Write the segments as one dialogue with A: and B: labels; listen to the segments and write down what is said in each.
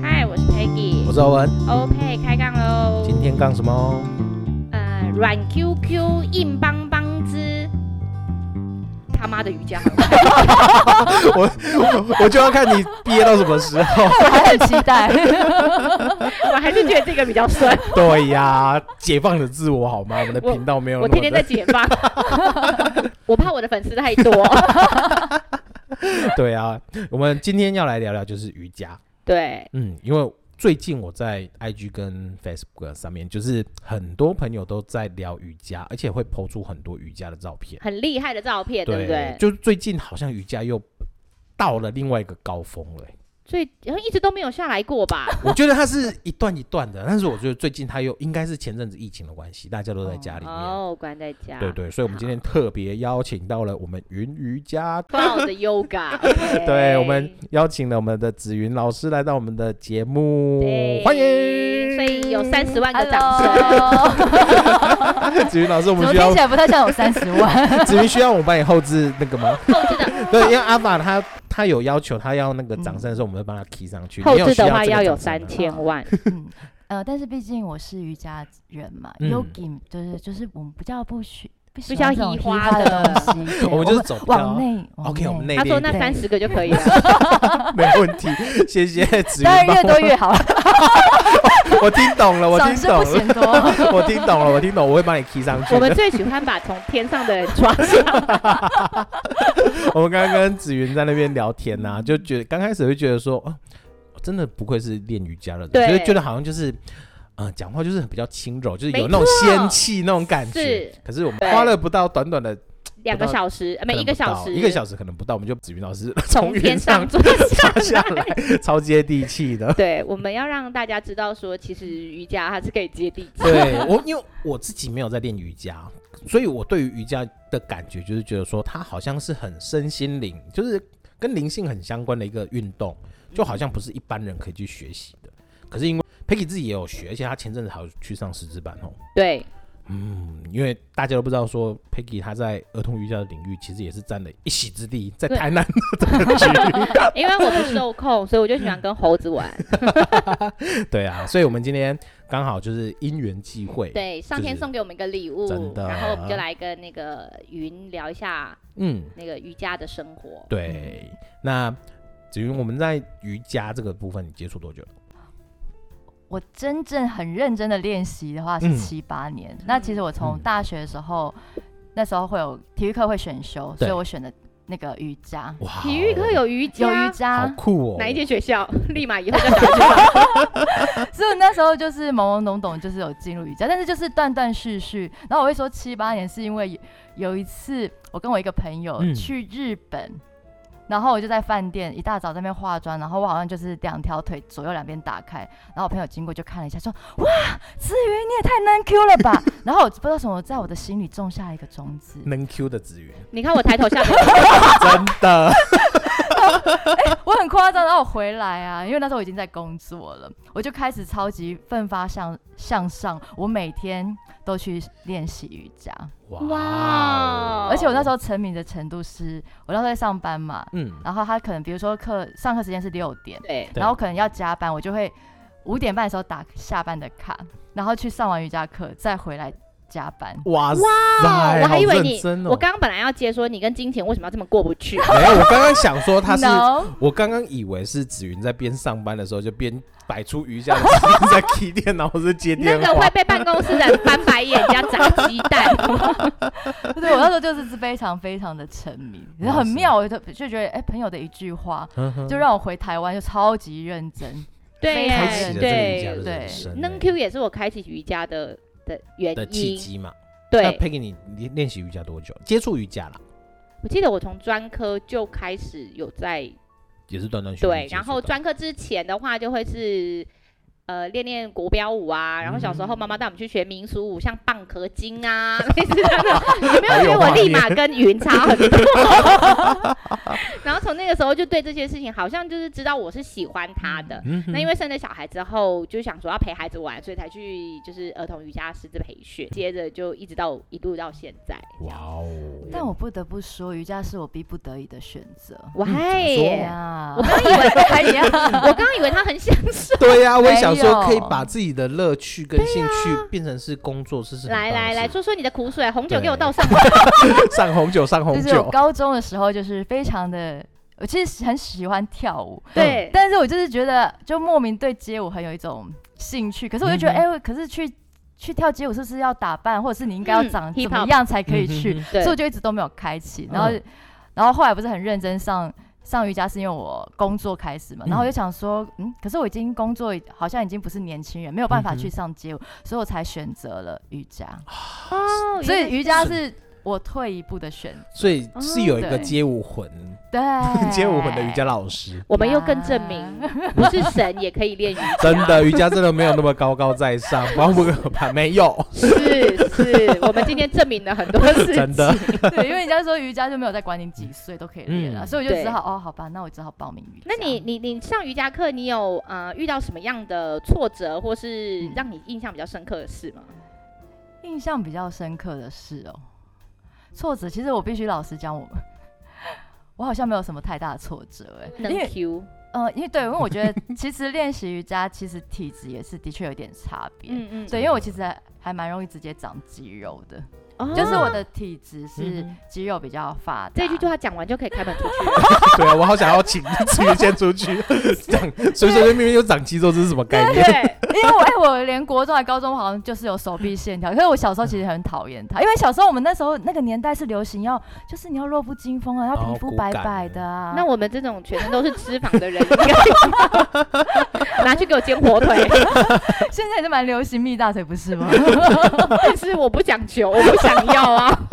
A: 嗨，我是 Peggy，
B: 我是欧文，
A: OK 开杠喽。
B: 今天干什么？哦
A: 呃，软 QQ 硬邦邦之他妈的瑜 伽，
B: 我我就要看你毕业到什么时候。
C: 我还很期待。
A: 我还是觉得这个比较顺。
B: 对呀，解放你的自我好吗？我们的
A: 我
B: 频道没有
A: 我
B: 那么
A: 天天在
B: 的。
A: 解放，我怕我的粉丝太多。
B: 对啊，我们今天要来聊聊就是瑜伽。
A: 对，
B: 嗯，因为最近我在 IG 跟 Facebook 上面，就是很多朋友都在聊瑜伽，而且会抛出很多瑜伽的照片。
A: 很厉害的照片，对不对？
B: 就是最近好像瑜伽又到了另外一个高峰了欸、
A: 所以然后一直都没有下来过吧？
B: 我觉得它是一段一段的，但是我觉得最近它又应该是前阵子疫情的关系，大家都在家里面。
A: 哦，关在家。
B: 对对，所以我们今天特别邀请到了我们云瑜伽，
A: Cloud Yoga，
B: 对我们邀请了我们的紫云老师来到我们的节目
A: 对，
B: 欢迎。
A: 所以有三十万个掌声。
C: Hello，
B: 紫云老师，我们
C: 怎么
B: 需
C: 听
B: 要
C: 起来不太像有三十 万？
B: 紫云需要我帮你后置那个 吗？
A: 后置的
B: 对，因为阿法他他有要求，他要那个掌声的时候，我们会帮他 key 上 去。
A: 后
B: 你有
A: 置
B: 需
A: 的话
B: 这个
A: 要有
B: 掌
A: 三
B: 声吗
A: 千万，
C: 呃，但是毕竟我是瑜伽人嘛
B: 嗯
C: ，Yogi 就是就是我们比较不需
A: 不
C: 不喜
A: 需要
C: 欢这种
A: 移
C: 移
A: 花
C: 花的
A: 的
C: 东西，对
B: 我们就是走比较
C: 往内。往
B: OK，我们内
A: 他说
B: 敛一
A: 那
B: 点，
A: 三
C: 对
A: 十个就可以了。
B: 没问题。谢谢紫云
C: 当然
B: 帮
C: 越多
B: 我，
C: 越好，
B: 我听 懂 了，我
C: 掌
B: 听
C: 声
B: 懂
C: 不
B: 了，
C: 嫌 多。
B: 我听懂了，我听懂，我会帮你 key 上 去
A: 我
B: 的
A: 们。最喜欢把从天上的人抓下来，
B: 我们刚刚跟紫云在那边聊天呐、
A: 嗯
B: 就觉得刚开始会觉得说，啊，真的不愧是练瑜伽的人，
A: 对
B: 就是觉得好像就是，呃，讲话就是比较轻柔，就是有
A: 没
B: 那种
A: 错
B: 仙气那种感觉
A: 是。
B: 可是我们
A: 对
B: 花了不到短短的，
A: 两个小时，呃没
B: 可能
A: 一个
B: 不到
A: 小时，
B: 一个小时可能不到，我们就紫云老师
A: 从天
B: 云
A: 上
B: 上
A: 坐
B: 爬下
A: 下来。。
B: 来，超接地气 的
A: 对，我们要让大家知道说，其实瑜伽它是可以接地 气。
B: 对我，因为我自己没有在练瑜伽，所以我对于瑜伽的感觉就是觉得说，它好像是很身心灵，就是跟灵性很相关的一个运动，就好像不是一般人可以去学习的。可是因为 Peggy 自己也有学，而且她前阵子还有去上师资班哦。
A: 对，
B: 嗯，因为大家都不知道说 Peggy 她在儿童瑜伽的领域其实也是占了一席之地，在
A: 对
B: 台南 的区域。
A: 因为我不受控，所以我就喜欢跟猴子 玩。
B: 对啊，所以我们今天刚好就是因缘际会。，
A: 对，上天
B: 就是
A: 送给我们一个礼物
B: 真，的
A: 然后我们就来跟那个云聊一下
B: 嗯，
A: 那个瑜伽的生活。
B: 对，那子云，我们在瑜伽这个部分你接触多久了？
C: 我真正很认真的练习的话
B: 嗯
C: 是七八年。那其实我从
B: 嗯
C: 大学的时候，那时候会有体育课会选修，所
B: 对
C: 以我选的那个瑜伽，
B: 哇哦
A: 体育课有瑜
C: 有
A: 伽，
C: 瑜
B: 好
C: 伽。
B: 酷哦！
A: 哪一间学校？ 立马以后就打去吧。
C: 所以我那时候就是懵懵懂懂，就是有进入瑜伽，但是就是断断续续。然后我会说七八年，是因为有有一次我跟我一个朋友
B: 嗯
C: 去日本。然后我就在饭店一大早在那边化妆，然后我好像就是两条腿左右两边打开，然后我朋友经过就看了一下，说：“哇，子瑜你也太能 Q 了吧！” 然后我不知道为什么，在我的心里种下了一个种子，
B: 能 Q 的子云，
A: 你看我抬头下 面，
B: 真 的，
C: 我很夸张，然后我回来啊，因为那时候我已经在工作了，我就开始超级奋发向向上，我每天都去练习瑜伽，
B: 哇哦！
C: 而且我那时候沉迷的程度是，我那时候在上班嘛，
B: 嗯，
C: 然后他可能比如说课上课时间是六点，
A: 对，
B: 对
C: 然后可能要加班，我就会五点半的时候打下班的卡，然后去上完瑜伽课再回来加班。
B: 哇塞，
A: 哦我还以为
B: 好
A: 你
B: 认，真哦
A: 我刚刚本来要接说你跟金钱为什么要这么过不 去，
B: 没有，我刚刚想 说他是，
C: No
B: 我刚刚以为是子云在边上班的时候就边摆出瑜伽的姿势在 key 电脑或是接
A: 那
B: 电
A: 个会
B: 话，
A: 被办公室的人翻白眼加砸鸡 蛋。
C: 对，我那时候就是非常非常的沉迷，然后很妙，我就就觉得哎、朋友的一句话
B: 嗯
C: 就让我回台湾就超级认真。
A: 对
C: 开
B: 开启
A: 耶，
B: 了这个瑜伽的
A: 对，
B: 人生
A: 能
B: 欸
A: Q 也是我开启瑜伽的的原
B: 的契
A: 因。
B: 机嘛。那
A: 对，
B: Peggy，你你练习瑜伽多久？接触瑜伽啦，
A: 我记得我从专科就开始有在
B: 嗯也是断断续续接触
A: 对
B: 到。，
A: 然后专科之前的话就会是呃练练国标舞啊，然后小时候
B: 嗯
A: 妈妈带我们去学民俗舞，像蚌壳精啊， 类似这 样的，有没有
B: 好有
A: 觉得
B: 画
A: 我立
B: 面
A: 马跟云差很多？ 然后从那个时候就对这些事情好像就是知道我是喜欢他的，
B: 嗯
A: 那因
B: 为
A: 为生了小孩之后，就想说要陪孩子玩，所以才去就是儿童瑜伽师资培训，接着就一直到一路到现在。
B: 哇哦，
C: 但我不得不说，瑜伽是我逼不得已的选择。
B: 对
C: 对
B: 啊
A: 喂，我刚
C: 呀，
A: 以 为
C: 还一样，
A: 我刚刚以为他很享受。
B: 对呀、我也想
C: 没
B: 说
C: 有
B: 可以把自己的乐趣跟兴趣变成是工作，是是很
A: 来
B: 棒的
A: 来
B: 事
A: 来，说说你的苦水，红酒
B: 对
A: 给我倒上。
B: 上红酒上
C: 就
B: 红
C: 是我
B: 酒，
C: 高中的时候，就是非常的，我其实很喜欢跳舞，
A: 对，
C: 但是我就是觉得，就莫名对街舞很有一种兴趣。可是我就觉得，
B: 嗯
C: 哎、可是去去跳街舞是不是要打扮，或者是你应该要
A: 嗯
C: 长
A: hip
C: 怎么
A: hop
C: 样才可以去？
B: 嗯哼
A: 对
C: 所以我就一直都没有开启。然后，然后后来不是很认真上上瑜伽，是因为我工作开始嘛。然后我就想说，嗯，可是我已经工作，好像已经不是年轻人，没有办法
B: 嗯哼
C: 去上街舞，所以我才选择了瑜伽。
A: 哦，
C: 所以
A: 原来
C: 瑜伽是我退一步的选择。
B: 所以是有一
C: 哦
B: 个
C: 对哦
B: 街舞魂、，
C: 对
B: 街舞魂的瑜伽老师，
A: 我们又更证明，不是神也可以练瑜伽。
B: 真的瑜伽真的没有那么高高在上，不要不可怕，没有，
A: 是是，我们今天证明了很多事情。
B: 真的，
C: 对，因为人家说瑜伽就没有在管你几岁都可以练啊，
B: 嗯
C: 所以我就
A: 对
C: 只好哦，好吧，那我只好报名瑜 伽。
A: 那你你你上瑜伽课，你有呃遇到什么样的挫折，或是让你印象比较深刻的事吗？
C: 印象比较深刻的是哦，挫折，其实我必须老实讲，我我好像没有什么太大的挫折哎、因
A: 能
C: 为
A: Q，
C: 呃，因为对，因为我觉得其实练习瑜伽，其实体质也是的确有点差别。
A: 嗯嗯，
C: 对，因为我其实还还蛮容易直接长肌肉的，
A: 哦
C: 就是我的体质是
B: 嗯
C: 肌肉比较发达。
A: 这句话讲完就可以开门出去了。
B: 对啊，我好想要请志云先出去， 长随随便便就长肌肉，这是什么概念？
A: 对，
C: 因为我哎、我连国中还高中好像就是有手臂线条，可是我小时候其实很讨厌它，因为小时候我们那时候那个年代是流行要，就是你要弱不禁风啊，要
B: 哦
C: 皮肤
B: 骨
C: 白
B: 感
C: 白的啊。
A: 那我们这种全身都是脂肪的人，应该 拿去给我煎火腿。
C: 现在也是蛮流行蜜大腿，不是吗？
A: 但是我不讲求，我不想要啊。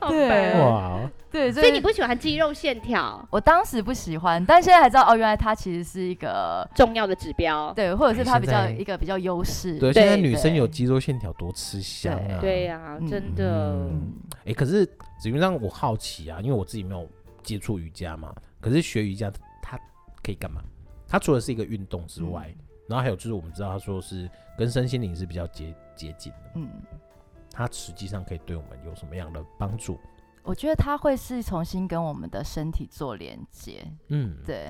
A: 好
C: 对
A: 烦哦
B: 哇，
C: 对，所
A: 所以你
C: 以
A: 不喜欢肌肉线条，
C: 我当时不喜欢，但现在才知道哦，原来它其实是一个
A: 重要的指标。
C: 对，或者是它比较
B: 哎现在
C: 一个比较优势。
B: 对，现在
A: 对
B: 女生
C: 对
B: 有肌肉线条多吃香啊！
A: 对呀，
C: 嗯
A: 真的。
B: 嗯哎、可是子云让我好奇啊，因为我自己没有接触瑜伽嘛，可是学瑜伽它可以干嘛？它除了是一个运动之外，
A: 嗯
B: 然后还有就是我们知道它说是跟身心灵是比较接接近的，
C: 嗯，
B: 它实际上可以对我们有什么样的帮助？
C: 我觉得它会是重新跟我们的身体做连接。
B: 嗯，
C: 对，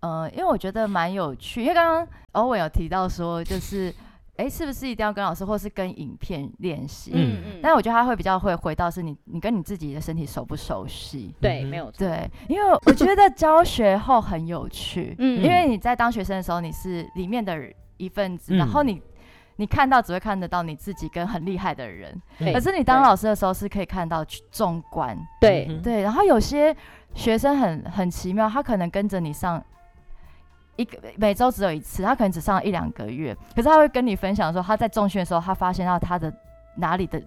C: 呃，因为我觉得蛮有趣，因为刚刚欧文有提到说，就是哎，诶是不是一定要跟老师，或是跟影片练习？
B: 嗯
C: 但我觉得他会比较会回到是你，你跟你自己的身体熟不熟悉？
A: 对，
B: 嗯哼
A: 没有错。
C: 对，因为我觉得教学后很有趣，
A: 嗯
C: 因为你在当学生的时候，你是里面的一份子，然后
B: 嗯
C: 你你看到只会看得到你自己跟很厉害的人，
A: 对
C: 可是你
A: 对
C: 当老师的时候是可以看到去纵观，
A: 对，
B: 嗯哼，
C: 对，然后有些学生很很奇妙，他可能跟着你上一个每周只有一次，他可能只上一两个月，可是他会跟你分享说他在重训的时候，他发现到他的哪里的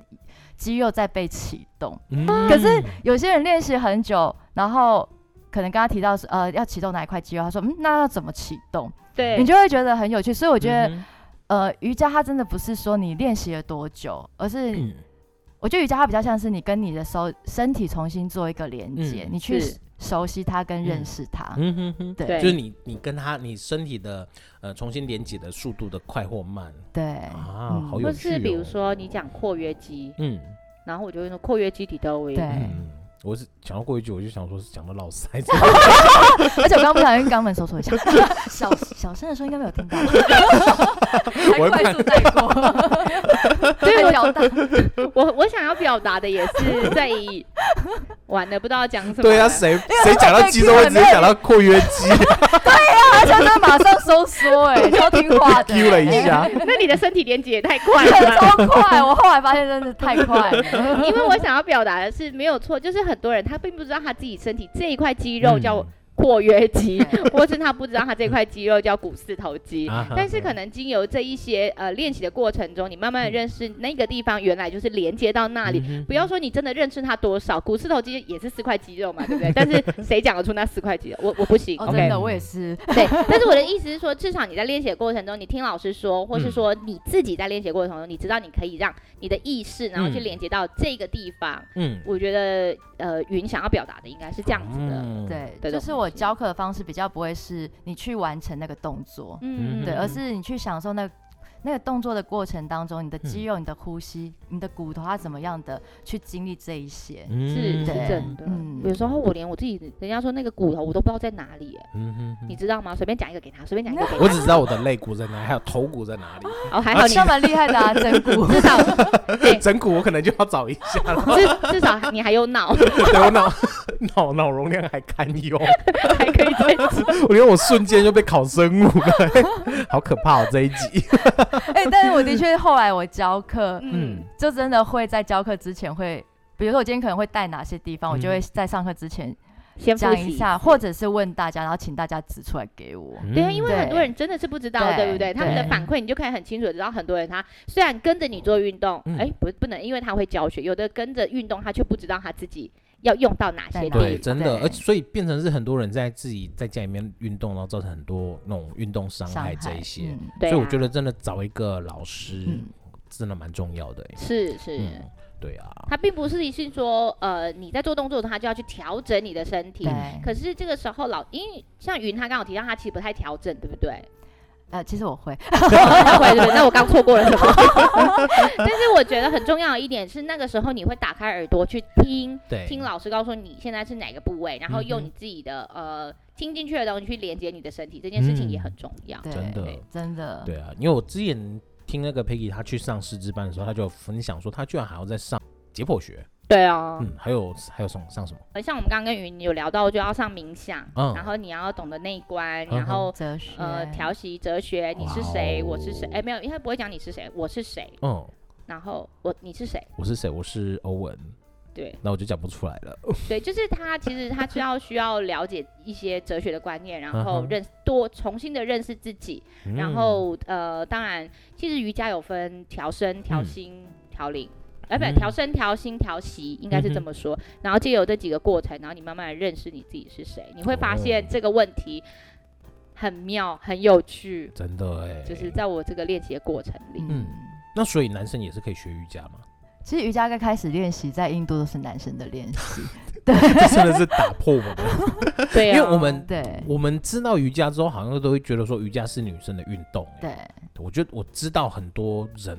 C: 肌肉在被启动。
B: 嗯
C: 可是有些人练习很久，然后可能刚刚提到是呃要启动哪一块肌肉，他说嗯那要怎么启动，
A: 对，
C: 你就会觉得很有趣。所以我
B: 我
C: 觉得、呃瑜伽它真的不是说你练习了多久，而是
B: 嗯
C: 我觉得瑜伽它比较像是你跟你的手身体重新做一个连接，
B: 嗯
C: 你去
A: 是
C: 熟悉它跟认
B: 嗯
C: 识它。
B: 嗯哼哼，
C: 对
B: 就是你你跟他你身体的呃重新连接的速度的快或慢
C: 对，
B: 啊，
C: 嗯
B: 好有
A: 或
B: 趣、哦。
A: 是比如，说你讲括约肌，
B: 嗯
A: 然后我就会说括约肌体都为
C: 对
B: 嗯，我是讲到过一句，我就想说是讲到老塞，
C: 而且我刚刚不小心肛门搜索一下，小小声的时候应该没有听到，
B: 我会
C: 还快速带过，对，表达
A: 我我想要表达的也是在以完了，不知道要讲什么了。
B: 对啊，谁谁讲到肌肉会直接讲到括约肌
C: 大家真的马上收缩，哎，超听话的，
B: ，Q 了一 下。
A: 那你的身体连接也太快了吧。
C: 超快！我后来发现真的太快了，
A: 因为我想要表达的是没有错，就是很多人他并不知道他自己身体这一块肌肉叫
B: 嗯
A: 括约肌，
C: 对
A: 或是他不知道他这块肌肉叫股四头肌。
C: 嗯
B: 啊哈
A: 但是可能经由这一些呃练习的过程中，你慢
C: 嗯
A: 慢地认识那个地方原来就是连接到那里。
B: 嗯哼
A: 不要说你真的认识它多少，股四头肌也是四块肌肉 嘛，对不对？但是谁讲得出那四块肌肉？我我不行。
C: 哦，
B: OK
C: 真的，我也是。
A: 对，但是我的意思是说，至少你在练习的过程中，你听老师说，或是说你自己在练习的过程中，你知道你可以让你的意识，然后去
B: 嗯
A: 连接到这个地方。
B: 嗯
A: 我觉得呃，云想要表达的应该是这样子的。
B: 嗯
C: 对，
A: 这
C: 就
A: 种
C: 是
A: 东
C: 我
A: 西
C: 教课的方式比较不会是你去完成那个动作，
B: 嗯
C: 对，
B: 嗯
C: 而是你去享受那那个动作的过程当中，你的
B: 嗯
C: 肌肉、你的呼吸、你的骨头它怎么样的去经历这一些。
B: 嗯
A: 是是
C: 对
A: 真的。
C: 嗯
A: 有时候我连我自己，人家说那个骨头我都不知道在哪里耶，
B: 嗯哼哼
A: 你知道吗？随便讲一个给他，随便讲一个给
B: 我
A: 他。
B: 只知道我的肋骨在哪，还有头骨在哪里。
A: 哦，还好你
C: 那么厉害的啊，真 骨
A: 至少
B: 整骨我可能就要找一下了，
A: 至至少你还有脑，
B: 对我脑脑脑容量还堪用。
A: 还可以 再
B: 我觉得我瞬间就被考生物了， 好可怕哦这一集。
C: 哎、但是我的确后来我教课，
A: 嗯，
C: 就真的会在教课之前会，比如说我今天可能会带哪些地方，我就
B: 嗯
C: 会在上课之前
A: 先复
C: 讲
A: 习
C: 一下，或者是问大家，然后请大家指出来给我。
B: 嗯
A: 对啊，因为
C: 嗯对
A: 很多人真的是不知道，
C: 对
A: 对不对？他们的
C: 对
A: 反馈你就可以很清楚地知道，很多人他虽然跟着你做运动
B: 嗯，
A: 哎，不不能，因为他会教学，有的跟着运动，他却不知道他自己要用到哪些
C: 在哪
A: 地
B: 对，
C: 对
A: 方。
B: 真的，
C: 对
B: 而且所以变成是很多人在自己在家里面运动，然后造成很多那种运动伤
C: 伤
B: 害这一些。
C: 嗯
A: 对啊，
B: 所以我觉得真的找一个老师
C: 嗯
B: 真的蛮重要的欸。
A: 是是。
B: 嗯，对啊，
A: 他并不是是说，呃，你在做动作的时候，他就要去调整你的身体。
C: 对，
A: 可是这个时候老，因为像云他刚好提到，他其实不太调整，对不对？
C: 呃，其实我会，
A: 那回对不对那我刚错过了什么？但是我觉得很重要的一点是，那个时候你会打开耳朵去听，
B: 对，
A: 听老师告诉你现在是哪个部位，然后
B: 嗯
A: 用
B: 哼
A: 你自己的、呃听进去的东西去连接你的身体，这件事情也很重要。
C: 对，
B: 真的
C: 真
A: 嗯
C: 的，
B: 对啊，因为我之前听那个 Peggy 她去上师资班的时候，她就有分享说，她居然还要再上解剖学，
A: 对啊，
B: 嗯，还有还有上上什么？
A: 而像我们刚刚跟云有聊到，就要上冥想，
B: 嗯
A: 然后你要懂得内观，
B: 嗯哼
A: 然后。
C: 哲学嗯
A: 呃，调息哲学，你是谁？
B: 哇哦
A: 我是谁？哎，没有，因为他不会讲你是谁，我是谁。
B: 嗯，
A: 然后我你是谁？
B: 我是谁？我是欧文，
A: 对
B: 那我就讲不出来了。
A: 对，就是他其实他需要需要了解一些哲学的观念，然
B: 嗯
A: 后
B: 哼
A: 认多重新的认识自己，
B: 嗯
A: 然后呃，当然，其实瑜伽有分调身、调
B: 嗯
A: 心、调灵，哎、不
B: 嗯
A: 对，调身、调心、调息，应该是这
B: 嗯哼
A: 么说。然后借由这几个过程，然后你慢慢地认识你自己是谁，你会发
B: 哦
A: 现这个问题很妙、很有趣
B: 嗯、。真的哎，
A: 就是在我这个练习的过程里，
C: 嗯。
B: 那所以男生也是可以学瑜伽 嘛？
C: 其实瑜伽刚开始练习，在印度都是男生的练习，
B: 这真的是打破我们的，
A: 对、
B: 因
A: 啊，
B: 为我们
C: 对
B: 我们知道瑜伽之后，好像都会觉得说瑜伽是女生的运动。哎，
C: 对，
B: 我觉得我知道很多人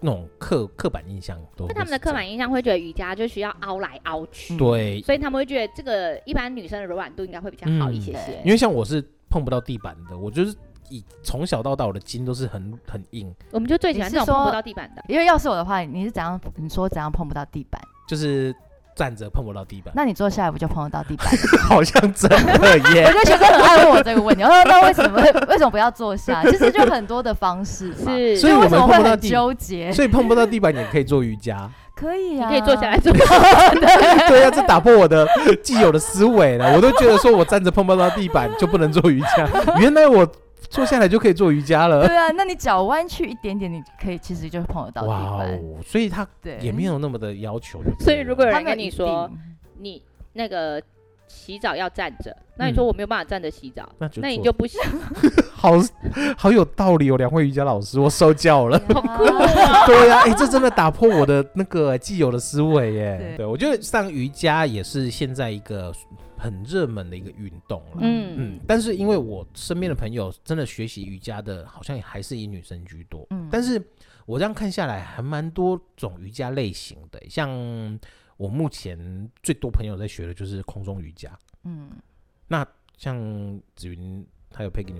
B: 那种刻刻板印象都
A: 因为
B: 会是这样，
A: 他们的刻板印象会觉得瑜伽就需要凹来凹去，
B: 对，
A: 所以他们会觉得这个一般女生的柔软度应该会比较好一些些。
B: 因为像我是碰不到地板的，我就是以从小到大我的筋都是很很硬，
A: 我们就最喜欢这种
C: 你是说
A: 碰不到地板的，
C: 因为要是我的话，你是怎样？你说怎样碰不到地板？
B: 就是站着碰不到 地板，
C: 那你坐下来不就碰得到地板？
B: 好像真的
C: 我
B: 耶。
C: 觉得学生很爱问我这个问题，呃，那为什么为什么不要坐下？其实就很多的方式嘛，
A: 是，
B: 所以
C: 就
B: 我
C: 为
B: 们
C: 什么
B: 碰
C: 会
B: 不到
C: 很
B: 地
C: 纠结？
B: 所以碰不到地板也可以做 瑜伽，
C: 可以
A: 你
C: 啊，
A: 可以坐下来。 做。
B: 对啊呀、这打破我的既有的思维了。我都觉得说我站着碰不到地板就不能做瑜伽，原来我坐下来就可以做瑜伽了。
C: 对啊，那你脚弯曲一点点，你可以其实就碰得到
B: 哇
C: 地板。
B: 哦，所以他
C: 对，
B: 也没有那么的要求。
A: 所以如果有
C: 他
A: 人
C: 没有
A: 跟你
C: 一
A: 说
C: 定，
A: 你那个洗澡要站着，那你说
B: 嗯
A: 我没有办法站着洗澡，
B: 那就
A: 那你
B: 做
A: 就不行，
B: 好 好有道理哦，两位瑜伽老师，我受教了。
A: 好酷哦、
B: 对呀、哎、这真的打破我的那个既有的思维耶。
C: 对
B: 我觉得上瑜伽也是现在一个很热门的一个运动了。嗯
A: 嗯，
B: 但是因为我身边的朋友真的学习瑜伽的，好像还是以女生居多。
C: 嗯
B: 但是我这样看下来，还蛮多种瑜伽类型的，像我目前最多朋友在学的就是空中瑜伽。
C: 嗯，
B: 像紫云还有 Peggy，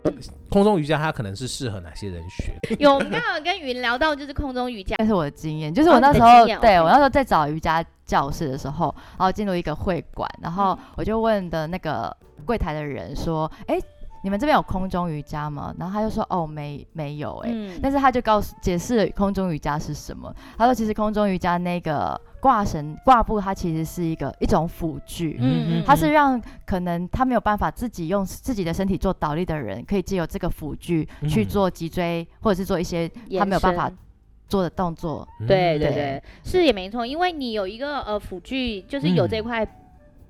B: 空中瑜伽它可能是适合哪些人学？
A: 有我们刚好跟云聊到就是空中瑜伽，
C: 这是我的经验，就是
A: 哦
C: 我
A: 你
C: 那
A: 的
C: 时
A: 经
C: 候，
A: 验
C: 对
A: OK
C: 我那时候在找瑜伽教室的时候，
A: 嗯
C: 然后进入一个会馆，然后我就问的那个柜台的人说：“哎、你们这边有空中瑜伽吗？然后他就说哦没没有哎、
A: 嗯，
C: 但是他就告诉解释了空中瑜伽是什么。他说，其实空中瑜伽那个挂绳挂布，它其实是一个一种辅具，
A: 嗯嗯
C: 它是让可能他没有办法自己用自己的身体做倒立的人，可以借由这个辅具去
B: 嗯
C: 做脊椎或者是做一些他没有办法
A: 延
C: 做的动作。
B: 嗯
A: 对
B: 嗯
A: 对
C: 对
A: 对，是也没错，因为你有一个呃辅具，就是有这
B: 嗯
A: 块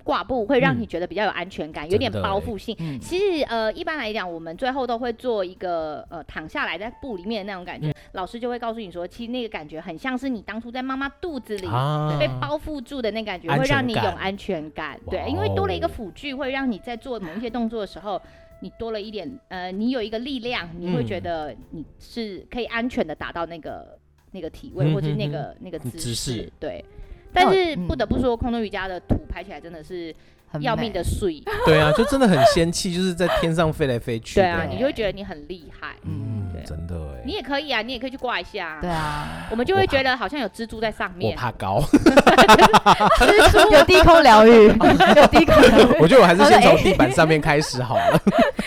A: 挂布，会让
B: 嗯
A: 你觉得比较有安全感，有
B: 真
A: 点
B: 的
A: 包
B: 欸
A: 覆性。
C: 嗯，
A: 其实呃，一般来讲，我们最后都会做一个呃躺下来在布里面的那种感
B: 嗯
A: 觉，老师就会告诉你说，其实那个感觉很像是你当初在妈妈肚子里。
B: 啊，
A: 被包覆住的那感觉
B: 安
A: 会让
B: 全
A: 你有
B: 感
A: 安全感，对
B: 哇，
A: 因为多了一个
B: 哦
A: 辅具，会让你在做某一些动作的时候，你多了一点，呃，你有一个力量，你会觉
B: 嗯
A: 得你是可以安全的达到那个那个体位或者是那
B: 嗯哼哼
A: 个那个姿
B: 姿
A: 势
B: 势，
A: 对。但
C: 那
A: 是不
C: 嗯
A: 得不说，空中瑜伽的图拍起来真的是
C: 很
A: 要
C: 美
A: 命的碎，
B: 对啊，就真的很仙气，就是在天上飞来飞去的。
A: 对啊，你就会觉得你很厉害，
C: 嗯
B: 嗯
A: 对，
B: 真的哎，
A: 你也可以啊，你也可以去挂一下啊
C: 对，啊，
A: 我们就会
B: 我怕
A: 觉得好像有蜘蛛在上
B: 我
A: 面，
B: 怕 高，
C: 有低空疗愈，有低空疗愈。
B: 我觉得我还是
C: 我说
B: 先从
C: 哎
B: 地板上面开始好了。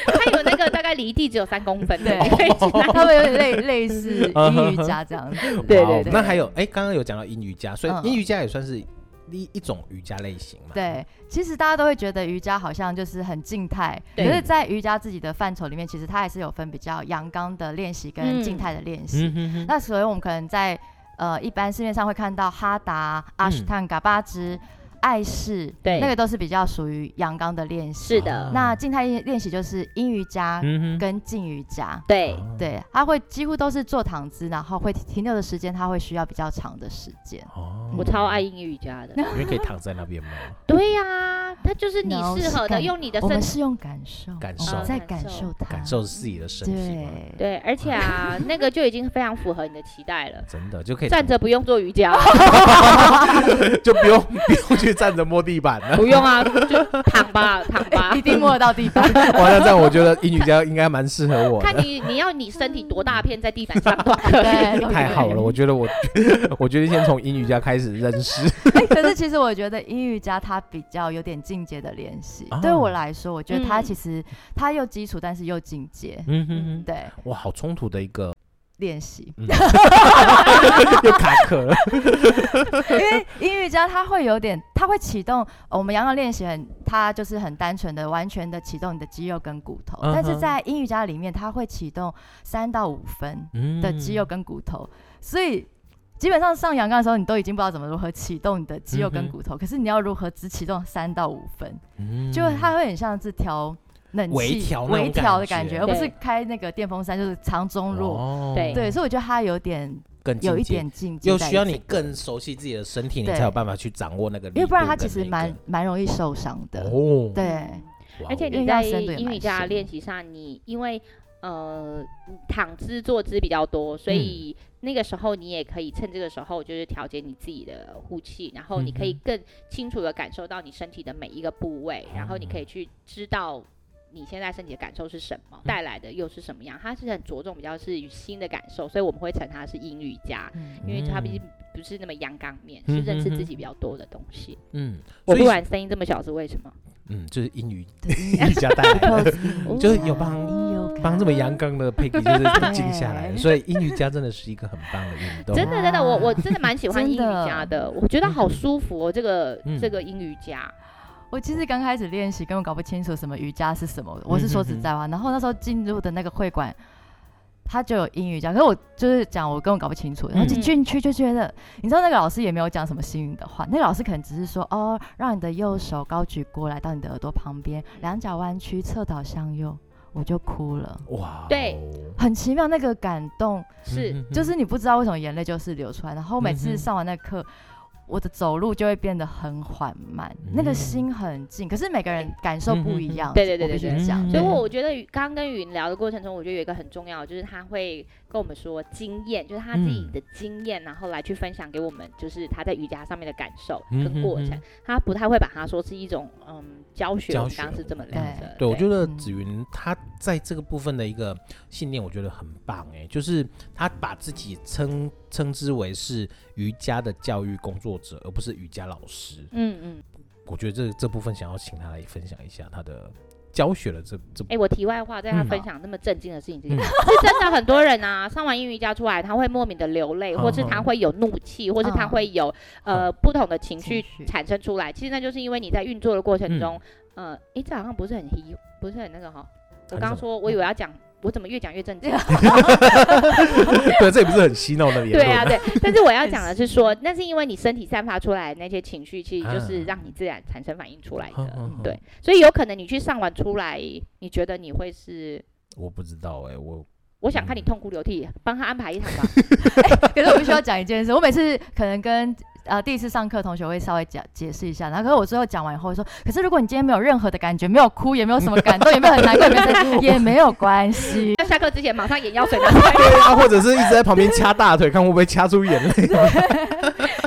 A: 它有那个大概离地只有三公分的，
C: 对
A: 你可以去那
C: 他们有点类类似 阴瑜伽这样子，
A: 对
B: 哇哦
A: 对
B: 那还有哎，刚刚有讲到阴瑜伽，所
C: 嗯
B: 以阴瑜伽也算是一一种瑜伽类型嘛。
C: 对，其实大家都会觉得瑜伽好像就是很静态，可
A: 对
C: 是，在瑜伽自己的范畴里面，其实它还是有分比较阳刚的练习跟静态的练习。
B: 嗯哼哼，
C: 那所以我们可能在呃一般市面上会看到哈达、
B: 嗯
C: 阿什坦嘎巴支、爱式，
A: 对
C: 那个都是比较属于阳刚的练习。
A: 是
B: 啊
A: 的，
C: 那静态练习就是阴瑜伽
B: 嗯哼，
C: 跟静瑜伽。
A: 对，
B: 哦，
C: 对，它会几乎都是坐躺姿，然后会停留的时间，它会需要比较长的时间。
B: 哦
A: 我超爱英语家的。
B: 因为可以躺在那 边嘛。
A: 对呀、它就是你
C: No，
A: 适
C: 是
A: 合的，
C: 感
A: 用你的
C: 我
A: 身
C: 们
A: 体。
C: 是用感受，
B: 感
C: 我们
B: 受
C: 在
A: 感
C: 感
A: 受
C: 受它，
B: 感受自己的身体嘛，
A: 对，
C: 对，
A: 而且 啊，那个就已经非常符合你的期待了。
B: 真的就可以
A: 站着不用做瑜 伽，
B: 就不用不用去站着摸地板了。
A: 不用啊，就躺吧，躺 吧
C: 一。定摸得到地 板。
B: 哇，那这样我觉得英语家应该蛮适合我
A: 看
B: 的。
A: 你你要你身体多大片，在地板 上都可以。
C: 对，
B: 太好了，我觉得我 我决定先从英语家开始认识。
C: 哎可是其实我觉得英语家它比较有点进阶的练习，
B: 啊
C: 对我来说，我觉得它
A: 嗯
C: 其实它又基础，但是又进阶。
B: 嗯
A: 哼
C: 对，
B: 哇，好冲突的一个，
C: 练习，
B: 嗯、又卡壳了。 嗯
C: 因为英语家它会有点，它会启动呃我们阳刚练习很，它就是很单纯的，完全的启动你的肌肉跟骨头。但是
B: 嗯哼
C: 在英语家里面，它会启动三到五分，
B: 嗯
C: 的肌肉跟骨头，所以基本上上阳杠的时候，你都已经不知道怎么如何启动你的肌肉
B: 嗯
C: 跟
B: 哼
C: 骨头，可是你要如何只启动三到五分，
B: 嗯
C: 就它会很像是调冷气
B: 微调那
C: 微
B: 种
C: 调的
B: 感
C: 感觉，
B: 觉
C: 而不是
A: 对
C: 开那个电风扇，就是长中弱。
B: 哦
A: 对
C: 对，所以我觉得它有点
B: 更
C: 有一
B: 进阶，
C: 点进阶
B: 又
C: 在
B: 需要
C: 这
B: 你
C: 个，
B: 更熟悉自己的身体，你
C: 对
B: 才有办法去掌握那个力度跟那个。
C: 因为不然它其实蛮蛮容易受伤的。
B: 哦，
C: 对，
B: 哇
A: 而且
B: 哦
A: 你
C: 因为
A: 在
C: 要深度也
A: 英语
C: 蛮
A: 家
C: 深
A: 练习上，你因为呃躺姿坐姿比较多，
B: 嗯
A: 所以那个时候你也可以趁这个时候就是调节你自己的呼气，然后你可以
B: 嗯
A: 更清楚的感受到你身体的每一个部位，然后你
B: 哦
A: 可以去知道。你现在身体的感受是什
B: 嗯
A: 么？带来的又是什么样？它是很着重比较是新的感受，所以我们会称它是英语家，
C: 嗯
A: 因为它毕
B: 嗯
A: 竟不是那么阳刚面，
B: 嗯
A: 是认识
B: 哼
A: 自
B: 哼
A: 己比较多的东西。
B: 嗯，
A: 我
B: 所以
A: 突然声音这么小是为什么？
B: 嗯，就是英 语
C: 对，
B: 英语家带来的。
C: 嗯
B: 就是有帮
C: 你有
B: 帮这么阳刚的 Peggy 就是冷静下 来，
C: 对
B: 所以英瑜伽真的是一个很棒的运动。
A: 真的真的，我我真的蛮喜欢
C: 真
A: 英语家的，我觉得好舒服哦，这个、
B: 嗯
A: 这个英语家，
C: 我其实刚开始练习，根本搞不清楚什么瑜伽是什么。
B: 嗯
C: 我是说实在话，然后那时候进入的那个会馆，他就有英语讲，可是我就是讲我根本搞不清楚。然后进
A: 嗯
C: 进去就觉得，你知道那个老师也没有讲什么幸运的话，那个老师可能只是说哦，让你的右手高举过来到你的耳朵旁边，两脚弯曲，侧倒向右，我就哭了。
B: 哇哦，
A: 对
C: 很奇妙，那个感动
A: 是、
B: 嗯，
C: 就是你不知道为什么眼泪就是流出来。然后每
B: 嗯
C: 次
B: 哼
C: 上完那课，我的走路就会变得很缓慢，
B: 嗯那
C: 那
B: 个
C: 个
B: 心
C: 心很静。可是每个人感受不
B: 不
C: 一
B: 一
C: 样，
B: 样
A: 对对对对
C: 我
A: 我
C: 必
A: 必
C: 须
A: 须
C: 讲
B: 讲。
A: 所以我
B: 嗯
A: 我觉得与刚刚跟云聊的过程中，我觉得有一个很重要的，就是他会跟我们说经验，就是他自己
B: 嗯
A: 的经验，然后来去分享给我们，就是他在瑜伽上面的感受
B: 嗯
A: 跟过程。
B: 嗯嗯
A: 他不太会把它说是一种嗯教学，
B: 教
A: 我们刚刚
B: 学
A: 是这么聊的。
B: 对，我觉得
C: 嗯
B: 紫云她在这个部分的一个信念，我觉得很棒哎，就是她把自己称称之为是瑜伽的教育工作者，而不是瑜伽老师。
A: 嗯嗯，
B: 我觉得这这部分想要请她来分享一下她的教学的这这
A: 哎、我题外话，在他
B: 嗯
A: 分
C: 好
A: 享那么震惊的事情之前，
B: 嗯
A: 是真的很多人啊，上完英语家出来，他会莫名的流泪，或是
B: 嗯
A: 他
B: 嗯
A: 会有怒气，或是他
C: 嗯
A: 会有呃不同的情绪
C: 情绪
A: 产生出来。其实那就是因为你在运作的过程
B: 嗯
A: 中，呃，诶，这好像不是很一，不是很那个哈。我
B: 很
A: 刚刚
B: 什么嗯
A: 说，我以为要讲，我怎么越讲越震惊？
B: 对， 这也不是很嬉闹的言
A: 对
B: 论。
A: 啊，对。但是我要讲的是说，那是因为你身体散发出来的那些情绪，其实就是
B: 啊嗯
A: 让你自然产生反应出来
B: 哼
A: 的。
B: 哼哼
A: 对，所以有可能你去上完出来，你觉得你会是。
B: 我不知道哎、我
A: 我想看你
B: 嗯
A: 痛哭流涕，帮他安排一场 吧。
C: 可是我必须要讲一件事，我每次可能跟呃第一次上课的同学会稍微讲解释一下，然后可是我最后讲完以后会说，可是如果你今天没有任何的感觉，没有哭，也没有什么感动，也没有很难过，也没有生气也没有关系。
A: 要下课之前马上眼药水拿出来，
B: 对 啊，或者是一直在旁边掐大腿，看会不会掐出眼 泪。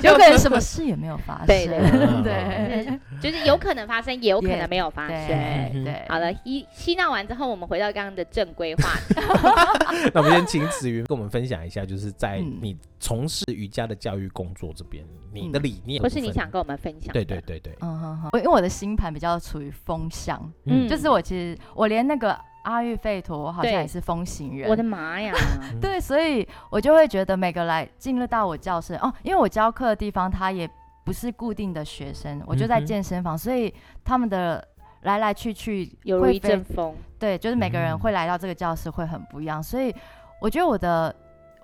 C: 有可能什么事也没有发生。
A: 对对
B: 对
C: 对
A: 就是有可能发生，也有可能没有发
C: 对
A: 生。
B: 嗯
C: 对
A: 好，了，一嬉闹完之后，我们回到刚刚的正规话题。
B: 那我们先请子瑜跟我们分享一下，就是在
C: 嗯
B: 你从事瑜伽的教育工作这边，你的理念
A: 或是你
B: 部分
A: 想。哦跟我们分享？
B: 对对。对对，
C: 嗯哼哼，我因为我的星盘比较处于风向，
A: 嗯
C: 就是我其实我连那个阿育吠陀好
A: 对
C: 像也是风行人，
A: 我的妈 呀！
C: 对，所以我就会觉得每个来进入到我教室哦，因为我教课的地方它也不是固定的学生，我就在
B: 嗯哼
C: 健身房，所以他们的来来去去
A: 有如
C: 会
A: 一
C: 非
A: 阵风，
C: 对，就是每个人
B: 嗯
C: 会来到这个教室会很不一样，所以我觉得我的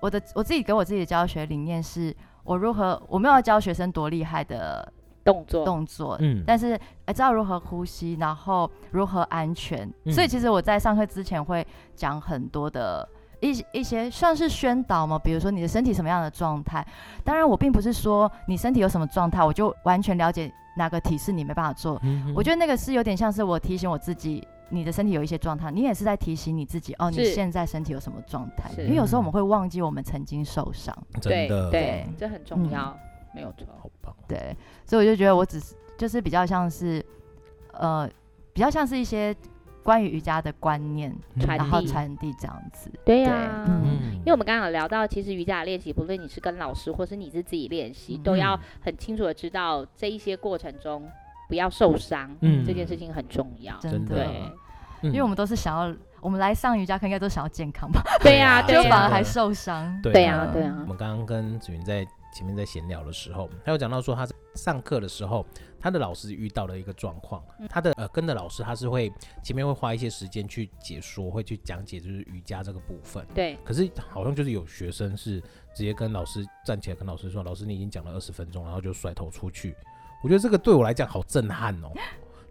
C: 我的我自己给我自己的教学理念是。我如何？我没有要教学生多厉害的
A: 动作，
C: 动作，
B: 嗯，
C: 但是呃知道如何呼吸，然后如何安全。
B: 嗯
C: 所以其实我在上课之前会讲很多的一些一些算是宣导嘛，比如说你的身体什么样的状态。当然，我并不是说你身体有什么状态，我就完全了解哪个体式你没办法做。
B: 嗯
C: 我觉得那个是有点像是我提醒我自己。你的身体有一些状态，你也是在提醒你自己哦，你
A: 是
C: 现在身体有什么状态？
A: 是
C: 因为有时候我们会忘记我们曾经受伤。
B: 得真
A: 对
B: 的
A: 对
C: 对，
A: 这很重
C: 嗯
A: 要，没有错。
B: 好棒，
C: 对，所以我就觉得我只是就是比较像是，呃，比较像是一些关于瑜伽的观念，
A: 传
B: 嗯
C: 然后
A: 递
C: 传递这样子。
A: 对
C: 对
A: 呀，
C: 嗯
A: 因为我们刚刚有聊到，其实瑜伽的练习，不论你是跟老师，或是你是自己练习，
B: 嗯
A: 都要很清楚的知道这一些过程中不要受伤，
B: 嗯
A: 这件事情很重要。
C: 真
B: 的嗯
C: 的，
A: 对，
B: 因
C: 因为我们都是想要，我们来上瑜伽课应该都想要健康吧，
A: 对呀，对
B: 对啊
A: 啊
C: 就反
A: 呀，
C: 而还受伤。
B: 对
A: 对
B: 啊
A: 呀，对呀
B: 我。们刚刚跟子云在前面在闲聊的时候，他有讲到说他在上课的时候，他的老师遇到了一个状况，
A: 嗯
B: 他的呃跟的老师他是会前面会花一些时间去解说，会去讲解就是瑜伽这个部分。
A: 对，
B: 可是好像就是有学生是直接跟老师站起来跟老师说：“老师，你已经讲了二十分钟，然后就甩头出去。”我觉得这个对我来讲好震撼哦，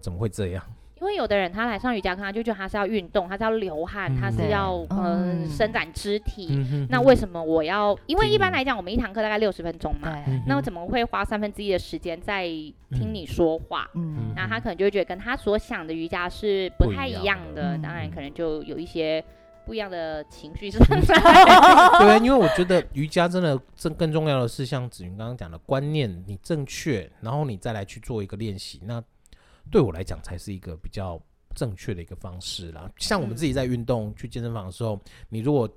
B: 怎么会这样？
A: 因为有的人他来上瑜伽课，他就觉得他是要运动，他是要流汗，
B: 嗯
A: 他是
C: 对
A: 要嗯、
C: 嗯
A: 伸展肢体。
B: 嗯
A: 那为什么我要？因为
B: 听
A: 一般来讲，我们一堂课大概六十分钟嘛，
B: 嗯
C: 对，
A: 那我怎么会花三分之一的时间在听你说话？
C: 嗯，
A: 那他可能就会觉得跟他所想的瑜伽是不太一样
B: 不一样
A: 的，
C: 的
A: 当然
B: 嗯
A: 可能就有一些不一样的情绪上 来。
C: 嗯
B: 对啊，因为我觉得瑜伽真的更更重要的是，像子云刚刚讲的观念，你正确，然后你再来去做一个练习，那对我来讲才是一个比较正确的一个方式啦。像我们自己在运动、去健身房的时候，你如果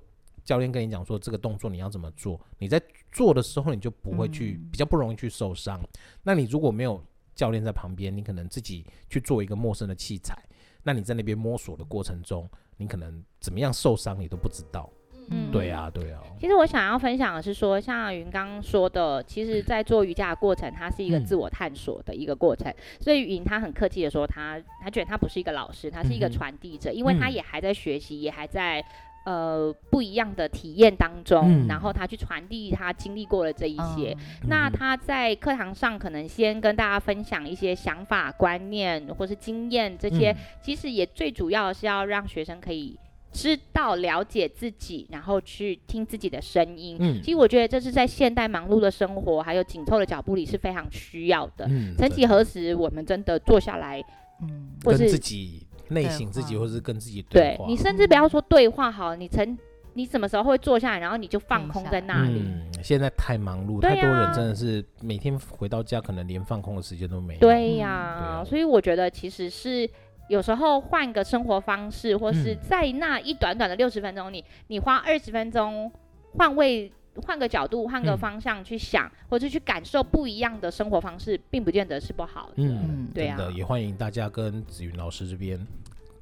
B: 教练跟你讲说这个动作你要怎么做，你在做的时候你就不会去、
C: 嗯
B: 比较不容易去受伤。那你如果没有教练在旁边，你可能自己去做一个陌生的器材，那你在那边摸索的过程中，你可能怎么样受伤你都不知道。
A: 嗯
B: 对啊，对啊。
A: 其实我想要分享的是说，像云刚刚说的，其实，在做瑜伽的过程，它是一个
B: 嗯
A: 自我探索的一个过程。所以云他很客气的说他，他觉得他不是一个老师，他是一个
B: 嗯哼
A: 传递者，因为他
B: 嗯
A: 也还在学习，也还在呃不一样的体验当中，
B: 嗯
A: 然后他去传递他经历过的这一些。
C: 嗯
A: 那
B: 嗯
A: 他在课堂上可能先跟大家分享一些想法、观念或是经验，这些、
B: 嗯
A: 其实也最主要的是要让学生可以知道、了解自己，然后去听自己的声音。
B: 嗯
A: 其实我觉得这是在现代忙碌的生活还有紧凑的脚步里是非常需要的。
B: 嗯
A: 曾
B: 对
A: 几何时，我们真的坐下来，
C: 嗯，
A: 或
B: 跟自
A: 是嗯
B: 己内
C: 对
B: 省自己，
C: 话
B: 或是跟自己
A: 对
B: 话，嗯
A: 你甚至不要说对话好，你曾你什么时候会坐下来，然后你就放
C: 停
A: 空
C: 下
A: 在
C: 来
A: 那里？
B: 嗯，现在太忙碌，
A: 对
B: 太多人
A: 啊
B: 真的是每天回到家，可能连放空的时间都没有。
A: 对
C: 嗯
A: 呀、
B: 对啊
A: 所以我觉得其实是有时候换个生活方式，或是
B: 嗯
A: 在那一短短的六十分钟里，你花二十分钟换位、换个角度、换个
B: 嗯
A: 方向去想，或者去感受不一样的生活方式，并不见得是不好的。
B: 嗯
C: 嗯，
A: 对
B: 真的
A: 啊
B: 也欢迎大家跟子云老师这边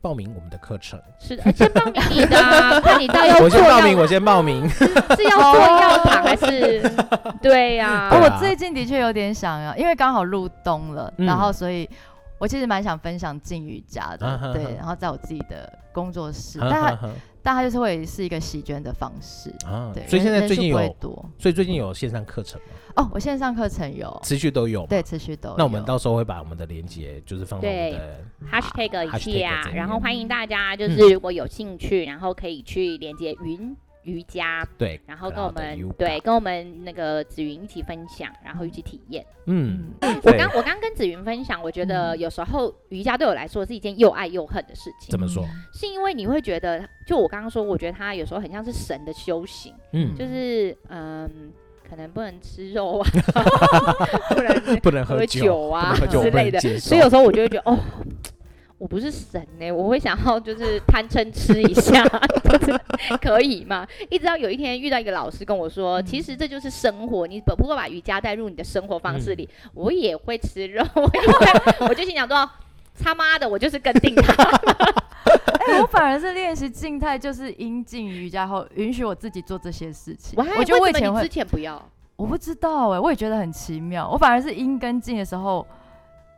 B: 报名我们的课程。
A: 是哎的，先报名你的、啊， 看你到要
B: 我
A: 做
B: 先报
A: 要
B: 名，我先 报名。
A: 是要做药糖还 是？对呀、
B: 对啊
C: 我最近的确有点想要，因为刚好入冬了，
B: 嗯
C: 然后所以我其实蛮想分享静瑜伽的，
B: 啊哈哈
C: 对，然后在我自己的工作室，但它但它就是会是一个席卷的方式，
B: 啊
C: 对，，
B: 所以现在
C: 人
B: 最近
C: 人数不
B: 有
C: 会，多
B: 所以最近有线上课程吗，
C: 哦，我线上课程有，
B: 持续都有嘛。
C: 对，，持续都有。
B: 那我们到时候会把我们的链接就是放到我
A: 对
B: 们的
A: hashtag 一
B: hashtag 嗯
A: 下
B: 这，
A: 然
B: 边
A: 后欢迎大家就是如果有兴趣，然后可以去连接云瑜伽，
B: 对，
A: 然后跟我
B: Cloud
A: 们
B: Yoga
A: 对跟我们那个紫云一起分享，然后一起体验。
B: 嗯，
C: 嗯，
A: 我
B: 对
A: 刚我刚跟紫云分享，我觉得
C: 嗯
A: 有时候瑜伽对我来说是一件又爱又恨的事情
B: 怎，么说？
A: 是因为你会觉得，就我刚刚说，我觉得它有时候很像是神的修行，
B: 嗯，
A: 就是嗯，可能不能吃肉啊，不能
B: 不能 喝
A: 喝
B: 酒，
A: 酒
B: 不
A: 啊
B: 能喝酒，
A: 之
B: 我不
A: 类
B: 能
A: 的，
B: 接受
A: 所以。有时候我就会觉得，哦，我不是神呢、我会想要就是贪嗔吃一下， 就是可以吗？一直到有一天遇到一个老师跟我说，
C: 嗯
A: 其实这就是生活，你不不过把瑜伽带入你的生活方
C: 嗯
A: 式里，我也会吃肉， 我也会，我就心想说，他妈的，我就是跟定他，
C: 哎、我反而是练习静态，就是阴静瑜伽后，允许我自己做这些事情。
A: 我还
C: 我觉得我
A: 为
C: 以
A: 什
C: 前
A: 么你
C: 会啊
A: 之，前不要，
C: 我不知道哎、我也觉得很奇妙。我反而是阴跟静的时候，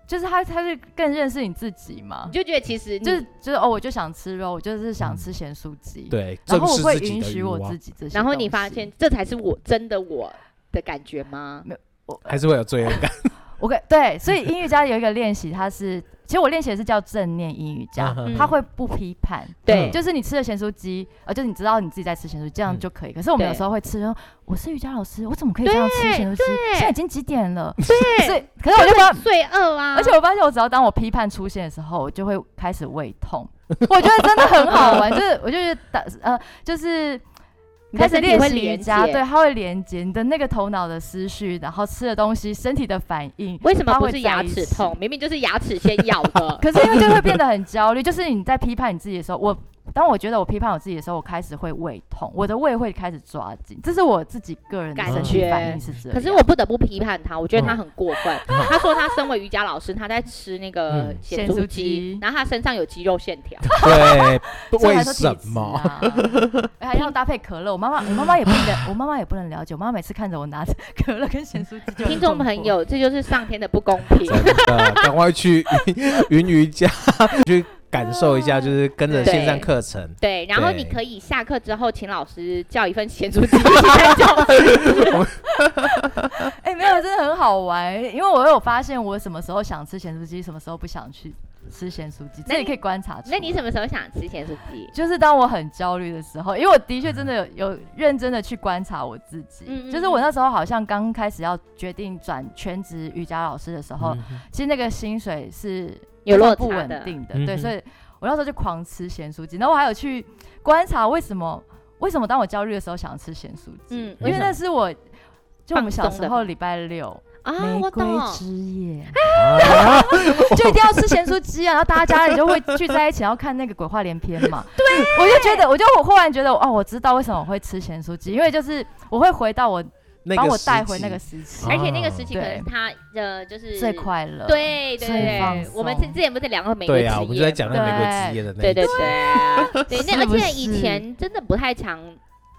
C: 就是他他是更认识你自己嘛
A: 你，就觉得其实你
C: 就是就是哦，我就想吃肉，我就是想吃咸酥鸡，，
B: 嗯对，
C: 然
B: 正
C: 后我
B: 视
C: 会
B: 自己
C: 允
B: 的欲
C: 许我自
B: 望，
C: 己这些东西。
A: 然后你发现这才是我真的我的感觉吗？
C: 我
B: 还是会有罪恶感。
C: 我跟对，所以英语家有一个练习，它是其实我练习的是叫正念英语家，
A: 嗯
C: 它会不批判，
A: 对，
C: 就是你吃了咸酥鸡，呃，就是你知道你自己在吃咸酥鸡，这样
B: 嗯
C: 就可以。可是我们有
A: 对
C: 时候会吃，说我是瑜伽老师，我怎么可以这样吃咸酥鸡？现在已经几点了？
A: 对
C: 所以，可是我就发，
A: 罪恶啊，
C: 而且我发现，我只要当我批判出现的时候，我就会开始胃痛。我觉得真的很好玩，就是我就觉得打呃，就是
A: 你的
C: 开始
A: 身体
C: 练
A: 会
C: 习瑜
A: 连
C: 伽，
A: 接
C: 对，它会连接你的那个头脑的思绪，然后吃的东西、身体的反应，
A: 为什么
C: 它
A: 不
C: 会
A: 是
C: 在
A: 牙
C: 一
A: 齿
C: 起。
A: 痛？明明就是牙齿先咬的
C: 可是因为就会变得很焦虑， 就是你在批判你自己的时候，我当我觉得我批判我自己的时候，我开始会胃痛，我的胃会开始抓紧，这是我自己个人的
A: 感
C: 身体
A: 觉
C: 反应是这样。
A: 可是我不得不批判他，我觉得他
B: 嗯
A: 很过 分。他说他身为瑜伽老师，他在吃那个
B: 嗯
A: 咸
C: 咸
A: 猪
C: 酥
A: 鸡
C: 鸡，
A: 然后他身上有肌肉线 条，
B: 对，
C: 所以
B: 为
C: 还说体
B: 什
C: 质
B: 么？
C: 啊？ 哎还要搭配可乐，我妈妈，我妈妈也不能，我妈妈也不能了解，我妈妈每次看着我拿着可乐跟咸酥鸡就很
A: 听众
C: 痛苦
A: 朋。友，这就是上天的不公平。
C: 啊
B: 真的，赶快去云 云瑜伽去感受 一下，就是跟着线上课程，
A: 对，然后
B: 对
A: 你可以下课之后请老师叫一份咸猪鸡在教 室。
C: 哎、没有，真的很好玩，因为我有发现我什么时候想吃咸酥鸡，什么时候不想去吃咸酥鸡，
A: 那
C: 这
A: 你
C: 你可以观察出
A: 那
C: 来。
A: 你什么时候想吃咸猪鸡？
C: 就是当我很焦虑的时候，因为我的确真的有有认真的去观察我自己，
A: 嗯嗯嗯
C: 就是我那时候好像刚开始要决定转全职瑜伽老师的时候，
B: 嗯
C: 其实那个薪水是
A: 有落
C: 不
A: 差
C: 稳
A: 的。
C: 定的，
B: 嗯
C: 对，
B: 哼
C: 所以我那时候就狂吃咸酥鸡，然后我还有去观察为什么为什么当我焦虑的时候想要吃咸酥鸡，
A: 嗯，
C: 因为那是我就我们小
A: 放松
C: 时
A: 的
C: 候
A: 吧
C: 礼拜六
A: 啊，
C: 玫
A: 我
C: 瑰
A: 懂。
C: 之夜。
B: 啊
C: 就一定要吃咸酥鸡啊，然后大家家里就会聚在一起，然后看那个鬼话连篇 嘛。对，我就觉得，我就我忽然觉得，哦，我知道为什么我会吃咸酥鸡，因为就是我会回到我
B: 那
C: 把
B: 个
C: 我带
B: 时
C: 回那
B: 期
C: 个时期
B: 啊
A: 而且那个时期可
C: 对
A: 能他的就是
C: 最快乐。，
A: 对对
C: 最放
A: 对，我们之
C: 松
A: 之前不是聊过玫瑰之
B: 对啊，
A: 夜
B: 我们就在讲
A: 吗
B: 那玫瑰之夜的那
A: 对
B: 一
A: 对
B: 集，
A: 对啊，对， 那
C: 是
A: 而
C: 不
A: 且以
C: 是
A: 前真的不太常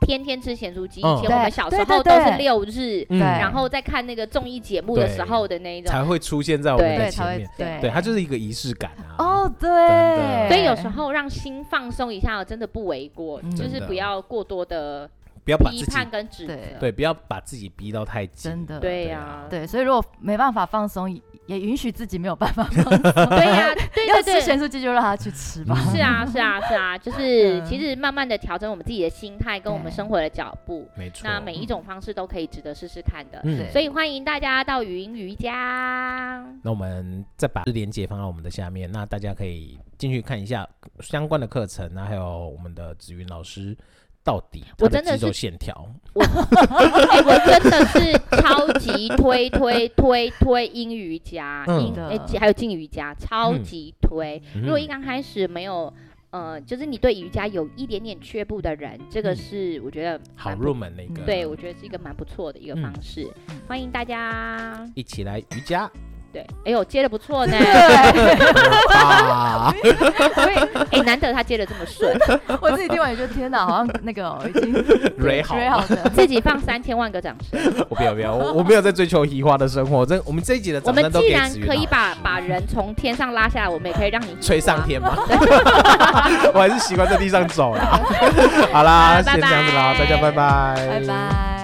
A: 天天吃咸酥鸡，以
B: 嗯
A: 前我们
C: 对
A: 小
C: 对
A: 时
C: 对
A: 候都是
C: 对
A: 六日，
B: 嗯
C: 对
A: 然后在看那个综艺节目的时候的那一种，
B: 才会出现在我们
A: 对
B: 的
C: 对，才
B: 前
C: 会
B: 面，
C: 对，
B: 对，它就是一个仪式感啊。
C: 哦，
B: 的
C: 对，
A: 所以有时候让心放松一下，真的不为过，
C: 嗯
A: 就
B: 真
A: 是
B: 的
A: 不要过多的
B: 不要把
A: 批
B: 自己
A: 判跟指责
C: 对。
B: 对，不要把自己逼到太紧，
C: 真的
A: 对
B: 对
A: 呀
B: 啊，
C: 对，所以如果没办法放松，也也允许自己没有办法，
A: 对呀，对
C: 要
A: 对
C: 吃
A: 对，
C: 咸酥鸡就让他去吃吧。
B: 嗯
A: 是啊是啊是 啊，就是
C: 嗯
A: 其实慢慢的调整我们自己的心态跟我们
C: 对
A: 生活的脚步，
B: 没错。
A: 那每一种方式都可以值得试试看的。
B: 嗯
C: 对
A: 所以欢迎大家到语音瑜伽。
B: 那我们再把链接放到我们的下面，那大家可以进去看一下相关的课程，那还有我们的紫云老师到底他
A: 我真的
B: 肌肉
A: 是
B: 线条，
A: 哎、 我真的是超级推推推推英瑜伽，
B: 嗯
A: 英
C: 真的
A: 哎、还有静瑜伽，超级推。如果一刚开始没有，呃，就是你对瑜伽有一点点却步的人，这个
B: 嗯
A: 是我觉得
B: 好
A: 蛮不
B: 入门啊的一个，
A: 对我觉得是一个蛮不错的一个方式，
C: 嗯，
A: 欢迎大家。
B: 一起来瑜伽，
A: 对，哎呦，接的不错 呢
C: 对，
B: 啊，
A: 所以哎，难得他接的这么 顺，
C: 我自己听完也觉得天哪，好像那个哦、已经
B: 蕊好，
C: 蕊好的。
A: 自己放三千万个掌 声。
B: 我不要不要，我我没有在追求移花的生活，这我们这一集的
A: 我
B: 掌
A: 们
B: 声都
A: 既
B: 给
A: 然
B: 子
A: 可以
B: 云啊
A: 把把人从天上拉下来，我们也可以让你
B: 吹上。 天嘛，我还是习惯在地上走啦。好啦，
A: 好拜
B: 先这样子啦，大家拜拜，
C: 拜拜。